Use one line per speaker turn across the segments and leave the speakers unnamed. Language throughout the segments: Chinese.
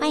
欢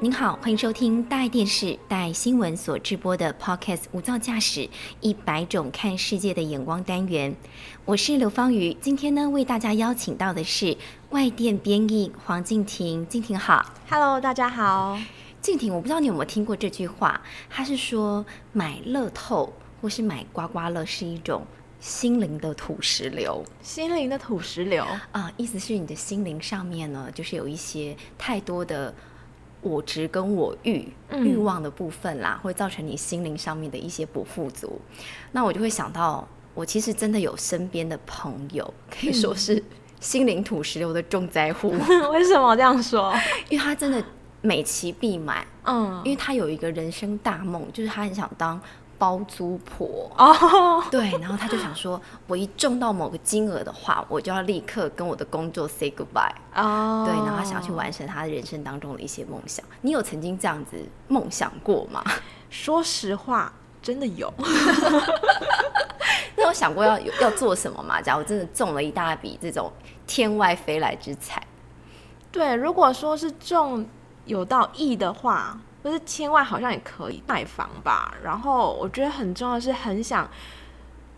您好，欢迎收听大爱电视、大爱新闻所直播的 Podcast《无噪驾驶一百种看世界的眼光》单元，我是刘芳瑜。今天呢，为大家邀请到的是外电编译黄静婷，静婷好。
Hello，大家好。
静婷，我不知道你有没有听过这句话，它是说买乐透或是买刮刮乐是一种心灵的土石流。
心灵的土石流，
啊、意思是你的心灵上面呢，就是有一些太多的我执跟我欲、
嗯
欲望的部分啦，会造成你心灵上面的一些不富足。那我就会想到，我其实真的有身边的朋友，可以
嗯
说是心灵土石流的重灾 户，
为什么这样说？
因为他真的每期必买，
嗯
因，为他有一个人生大梦，就是他很想当包租婆。
哦，
对，然后他就想说，我一中到某个金额的话，我就要立刻跟我的工作 say goodbye。
哦，
对，然后他想要去。完成他人生当中的一些梦想。你有曾经这样子梦想过吗？
说实话，真的有。
那有想过要有要做什么吗？假如真的中了一大笔这种天外飞来之财，
对，如果说是中有到亿的话，不是千万好像也可以买房吧。然后我觉得很重要的是很想，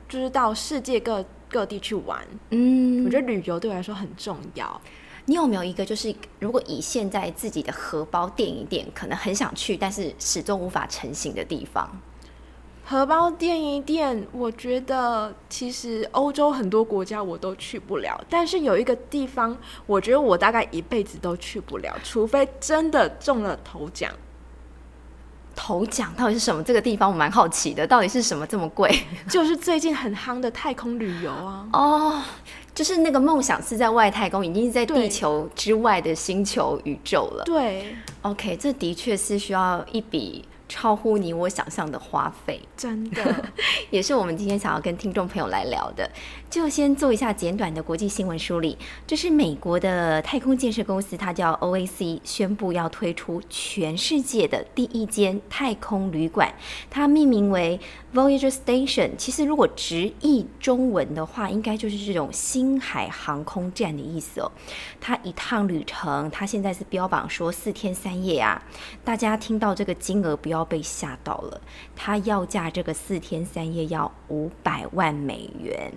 就是到世界各各地去玩。
嗯
我
得
觉得旅游对我来说很重要。
你有没有一个就是，如果以现在自己的荷包垫一垫，可能很想去，但是始终无法成行的地方？
荷包垫一垫，我觉得其实欧洲很多国家我都去不了，但是有一个地方，我觉得我大概一辈子都去不了，除非真的中了头 奖。
头奖到底是什么？这个地方我蛮好奇的，到底是什么这么贵？
就是最近很夯的太空旅游啊，
哦，就是那个梦想是在外太空，已经是在地
对
球之外的星球宇宙了。
对，
OK，这的确是需要一笔超乎你我想象的花费，
真的
也是我们今天想要跟听众朋友来聊的。就先做一下简短的国际新闻梳理，这是美国的太空建设公司，它叫 OAC，宣布要推出全世界的第一间太空旅馆，它命名为 Voyager Station。其实如果直译中文的话，应该就是这种星海航空站的意思哦。它一趟旅程，它现在是标榜说四天三夜啊。大家听到这个金额不要被吓到了，它要价这个四天三夜要五百万美元，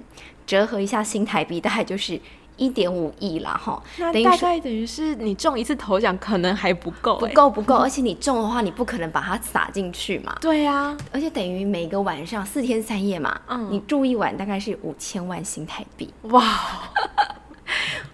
折合一下新台币大概就是一点五亿啦哈。
那
等于
大
说
概等于是你中一次头奖可能还不够、
不
欸，。
够不够，而且你中的话，你不可能把它撒进去嘛。
对啊，
而且等于每个晚上四天三夜嘛，
嗯
你住一晚大概是五千万新台币，
哇，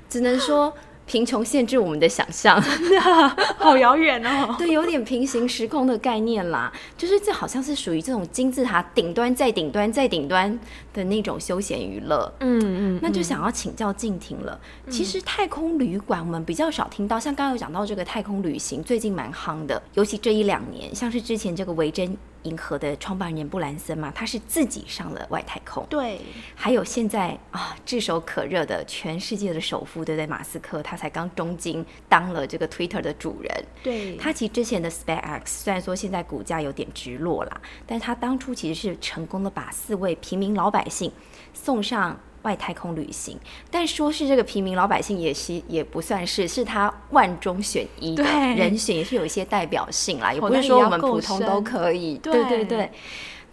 只能说贫穷限制我们的想象，
好遥远哦。
对，有点平行时空的概念啦，就是这好像是属于这种金字塔顶端再顶端再顶端的那种休闲娱乐。
嗯嗯，嗯
那就想要请教静婷了。其实太空旅馆我们比较少听到，像刚刚有讲到这个太空旅行，最近蛮夯的，尤其这一两年，像是之前这个维珍银河的创办人布兰森嘛，他是自己上了外太空。
对，
还有现在啊，炙手可热的全世界的首富，对不对？马斯克他才刚东京当了这个 Twitter 的主人，
对，
他其实之前的 SpaceX 虽然说现在股价有点直落啦，但是他当初其实是成功的把四位平民老百姓送上。外太空旅行，但说是这个平民老百姓也是也不算是，是他万中选一的
对
人选，也是有一些代表性啦，也
口
不是
袋也
说我
要
们
够
普通
深
都可以。
对
对对对。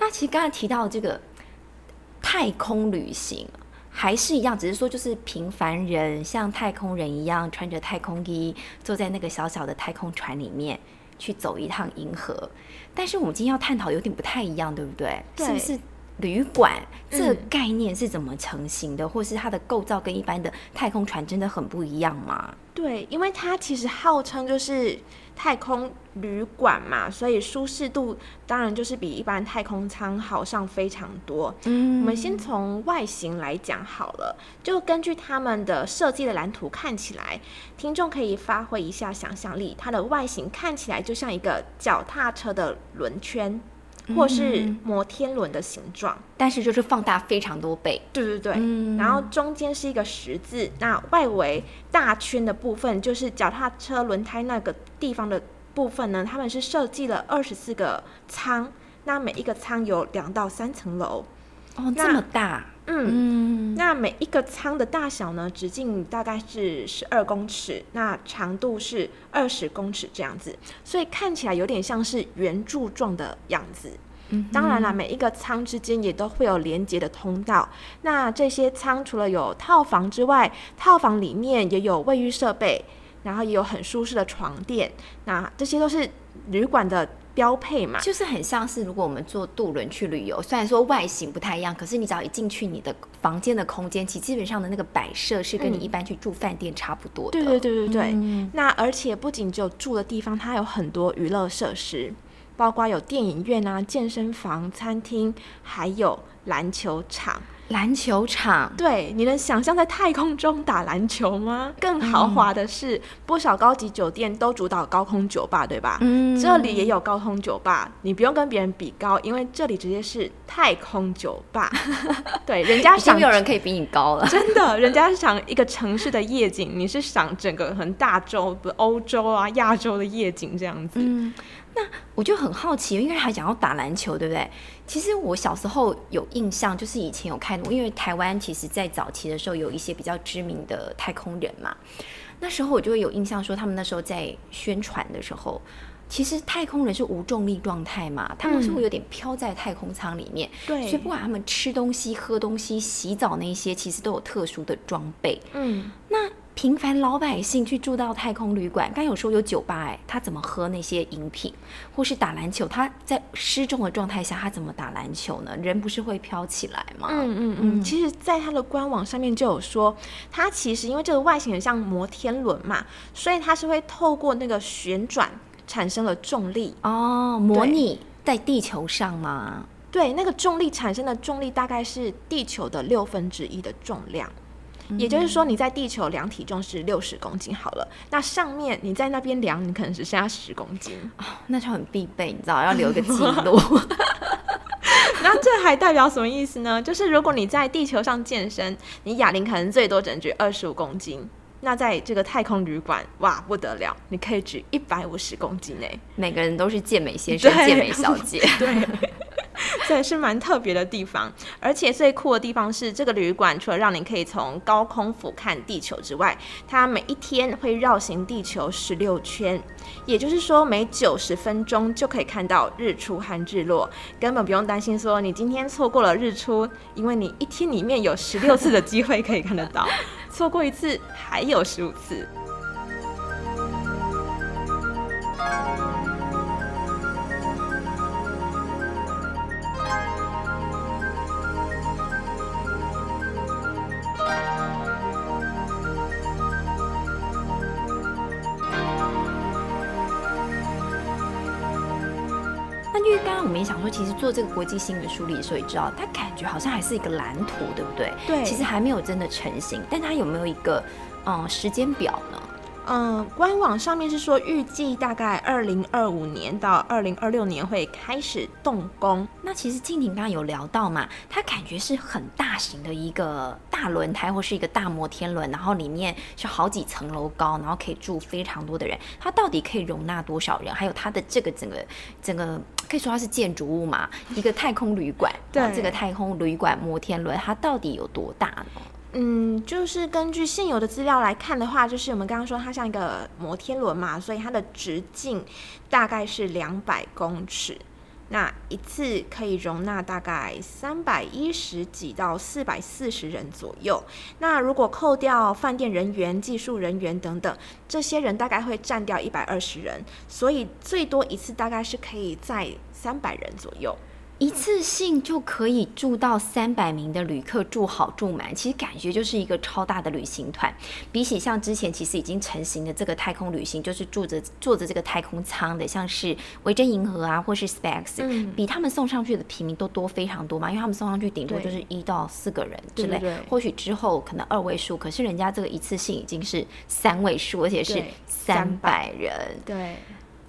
那其实刚才提到这个太空旅行还是一样，只是说就是平凡人像太空人一样穿着太空衣，坐在那个小小的太空船里面去走一趟银河。但是我们今天要探讨有点不太一样，对不对？
对
是不是旅馆这个
嗯
概念是怎么成型的，或是它的构造跟一般的太空船真的很不一样吗？
对，因为它其实号称就是太空旅馆嘛，所以舒适度当然就是比一般太空舱好上非常多。
嗯
我们先从外形来讲好了，就根据他们的设计的蓝图看起来，听众可以发挥一下想象力，它的外形看起来就像一个脚踏车的轮圈。或是摩天轮的形状。
但是就是放大非常多倍。
对对对，
嗯
然后中间是一个十字，那外围大圈的部分就是脚踏车轮胎那个地方的部分呢，他们是设计了二十四个仓，那每一个仓有两到三层楼，
哦，
那
这么大，
嗯。
嗯，
那每一个仓的大小呢，直径大概是十二公尺，那长度是二十公尺这样子，所以看起来有点像是圆柱状的样子。
嗯哼
当然啦，每一个仓之间也都会有连接的通道。那这些仓除了有套房之外，套房里面也有卫浴设备，然后也有很舒适的床垫，那这些都是旅馆的标配嘛。
就是很像是如果我们坐渡轮去旅游，虽然说外形不太一样，可是你只要一进去你的房间的空间，其实基本上的那个摆设是跟你
嗯
一般去住饭店差不多的。
对对对对对。
嗯
那而且不仅只有住的地方，它有很多娱乐设施，包括有电影院啊、健身房、餐厅，还有篮球场。
篮球场，
对，你能想象在太空中打篮球吗？更豪
嗯
华的是，不少高级酒店都主导高空酒吧，对吧？
嗯
这里也有高空酒吧，你不用跟别人比高，因为这里直接是太空酒吧。 对，人家
已经
赏
没有人可以比你高了。
真的，人家是赏一个城市的夜景，你是赏整个很大洲的欧洲啊、亚洲的夜景这样子。
嗯，那我就很好奇，因为还讲要打篮球，对不对？其实我小时候有印象，就是以前有看过，因为台湾其实在早期的时候有一些比较知名的太空人嘛，那时候我就会有印象说，他们那时候在宣传的时候。其实太空人是无重力状态嘛，他们是会有点飘在太空舱里面，
嗯对
所以不管他们吃东西、喝东西、洗澡那一些，其实都有特殊的装备。
嗯，
那平凡老百姓去住到太空旅馆，刚有说有酒吧，哎，他怎么喝那些饮品，或是打篮球？他在失重的状态下，他怎么打篮球呢？人不是会飘起来吗？
嗯嗯嗯，其实，在它的官网上面就有说，它其实因为这个外形很像摩天轮嘛，所以它是会透过那个旋转产生了重力。
哦，模拟在地球上吗？
对，那个重力产生的重力大概是地球的六分之一的重量。
嗯
也就是说，你在地球量体重是六十公斤好了，那上面你在那边量，你可能只剩下十公斤。
啊那就很必备，你知道，要留个记 录。
那这还代表什么意思呢？就是如果你在地球上健身，你哑铃可能最多只能举二十五公斤。那在这个太空旅馆，哇，不得了，你可以举一百五十公斤呢，
每个人都是健美先生、
对
健美小 姐。
对，所以是蛮特别的地方。而且最酷的地方是，这个旅馆除了让你可以从高空俯瞰地球之外，它每一天会绕行地球十六圈，也就是说每九十分钟就可以看到日出和日落，根本不用担心说你今天错过了日出，因为你一天里面有十六次的机会可以看得到，错过一次还有十五次。
那因为刚刚我们也想说，其实做这个国际新闻梳理的时候，也知道它感觉好像还是一个蓝图，对不对？
对
其实还没有真的成型，但它有没有一个嗯时间表呢？
嗯，官网上面是说预计大概二零二五年到二零二六年会开始动工。
那其实静婷刚刚有聊到嘛，它感觉是很大型的一个大轮胎或是一个大摩天轮，然后里面是好几层楼高，然后可以住非常多的人。它到底可以容纳多少人？还有它的这个整个整个可以说它是建筑物嘛，一个太空旅馆。
对
然后这个太空旅馆摩天轮它到底有多大呢？
嗯，就是根据现有的资料来看的话，就是我们刚刚说它像一个摩天轮嘛，所以它的直径大概是两百公尺，那一次可以容纳大概三百一十几到四百四十人左右。那如果扣掉饭店人员、技术人员等等，这些人大概会占掉一百二十人，所以最多一次大概是可以在三百人左右。
一次性就可以住到三百名的旅客，住好住满，其实感觉就是一个超大的旅行团。比起像之前其实已经成型的这个太空旅行，就是住着坐着这个太空舱的，像是维珍银河啊，或是 SpaceX，、
嗯
比他们送上去的平民都多非常多嘛，因为他们送上去顶多
对
就是一到四个人之类，
对对对
或许之后可能二位数，可是人家这个一次性已经是三位数，而且是
对
三
300
百人，
对，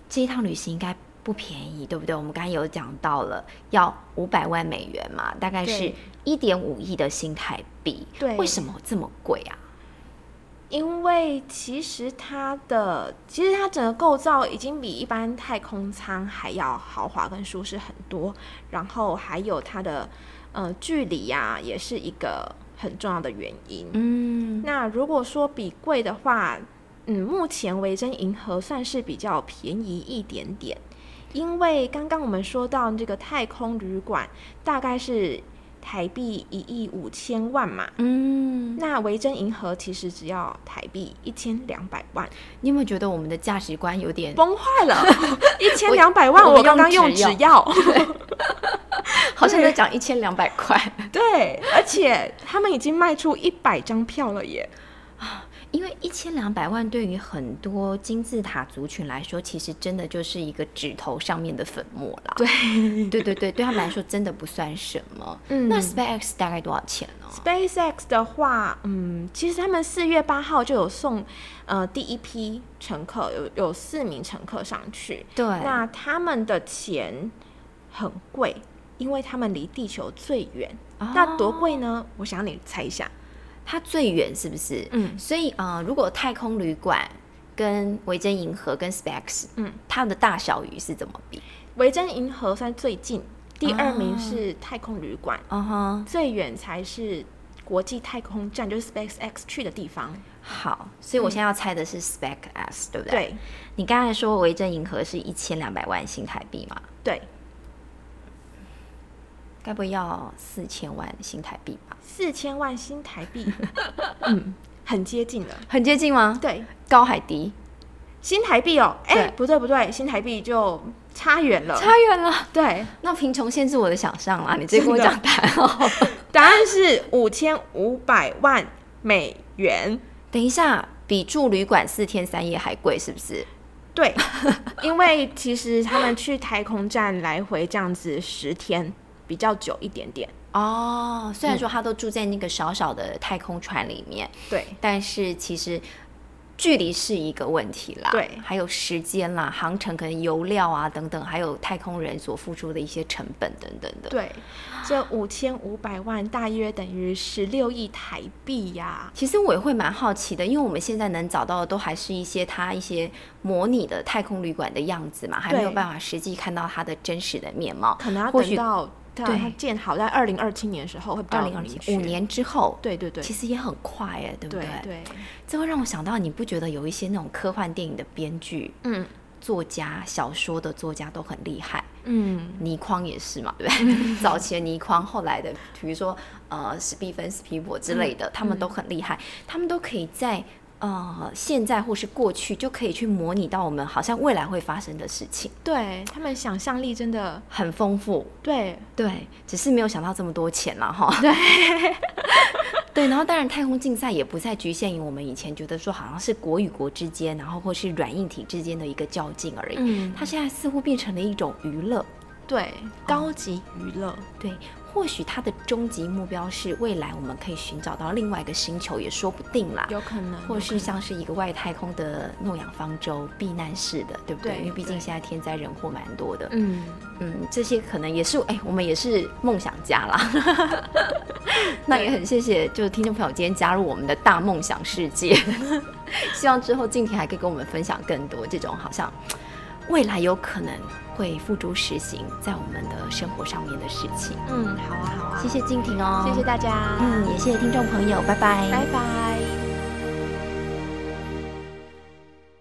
这一趟旅行应该不便宜，对不对？我们刚才有讲到了，要五百万美元嘛，大概是
对
一点五亿的新台币。
对
为什么这么贵啊？
因为其实它的，其实它整个构造已经比一般太空舱还要豪华跟舒适很多，然后还有它的呃距离呀、也是一个很重要的原因。
嗯，
那如果说比贵的话，嗯，目前维珍银河算是比较便宜一点点，因为刚刚我们说到这个太空旅馆大概是台币一亿五千万嘛，
嗯，
那维珍银河其实只要台币一千两百万，
你有没有觉得我们的价值观有点
崩 坏了，一千两百万
我
我刚刚用
用
纸
纸
药，
好像在讲一千两百块？
对，而且他们已经卖出一百张票了耶，
因为一千两百万对于很多金字塔族群来说，其实真的就是一个指头上面的粉末啦。对，对对对，对他们来说真的不算什么。
嗯
那 SpaceX 大概多少钱呢？
SpaceX 的话，嗯，其实他们四月八号就有送，呃，第一批乘客有有四名乘客上去。
对，
那他们的钱很贵，因为他们离地球最远。
哦
那多贵呢？我想你猜一下。
它最远是不是？
嗯
所以呃，如果太空旅馆跟维珍银河跟 SpaceX，
嗯，
它们的大小于是怎么比？
维珍银河算最近，第二名
哦
是太空旅馆，
哦哈，
最远才是国际太空站，就是 SpaceX 去的地方。
好，所以我现在要猜的是 SpaceX，、对不对？
对
你刚才说维珍银河是一千两百万新台币嘛？
对，
该不会要四千万新台币吧？
四千万新台 币，嗯，很接近了。
很接近吗？
对，
高还低？
新台币哦，哎、
对
不对不对，新台币就差远了。
差远了。
对，
那贫穷限制我的想象啦，你直接跟我讲答案 哦。
答案是五千五百万美元。
等一下，比住旅馆四天三夜还贵是不是？
对，因为其实他们去太空站来回这样子十天比较久一点点。
哦，
嗯
虽然说他都住在那个小小的太空船里面，
对，
但是其实距离是一个问题啦，
对
还有时间啦、航程、可能油料啊等等，还有太空人所付出的一些成本等等的。，
对，这五千五百万大约等于十六亿台币呀、
其实我也会蛮好奇的，因为我们现在能找到的都还是一些它一些模拟的太空旅馆的样子嘛，还没有
对
办法实际看到它的真实的面貌。
可能要
或
等
许
到它
对
它建好，在二零二七年的时候会比
二
较
零二
明
七
确
五。年之后，
对对对，
其实也很快哎，对不
对对，
这会让我想到，你不觉得有一些那种科幻电影的编剧、
嗯
作家、小说的作家都很厉害？
嗯，
倪匡也是嘛，对不 对？早期的倪匡，后来的比如说呃史蒂芬斯皮伯之类的，他们都很厉害，他们都可以在呃现在或是过去就可以去模拟到我们好像未来会发生的事情，
对他们想象力真的
很丰富。
对
对，只是没有想到这么多钱了哈。对， 对，然后当然太空竞赛也不再局限于我们以前觉得说好像是国与国之间，然后或是软硬体之间的一个较劲而已。
嗯
它现在似乎变成了一种娱乐。
对，高级娱乐，
对，或许它的终极目标是未来我们可以寻找到另外一个星球，也说不定啦。
有可能，
或
有
是像是一个外太空的诺亚方舟避难式的，对不对？
对
因为毕竟
对
现在天灾人祸蛮多的
可。能
嗯，这些可能也是哎、我们也是梦想家啦。 那也很谢谢，就是听众朋友今天加入我们的大梦想世界， 希望之后静婷还可以跟我们分享更多这种好像未来有可能会付诸实行在我们的生活上面的事情。
嗯嗯，好啊好啊，嗯
谢谢静婷哦，
谢谢大家，
嗯，也谢谢听众朋友，拜拜，
拜拜。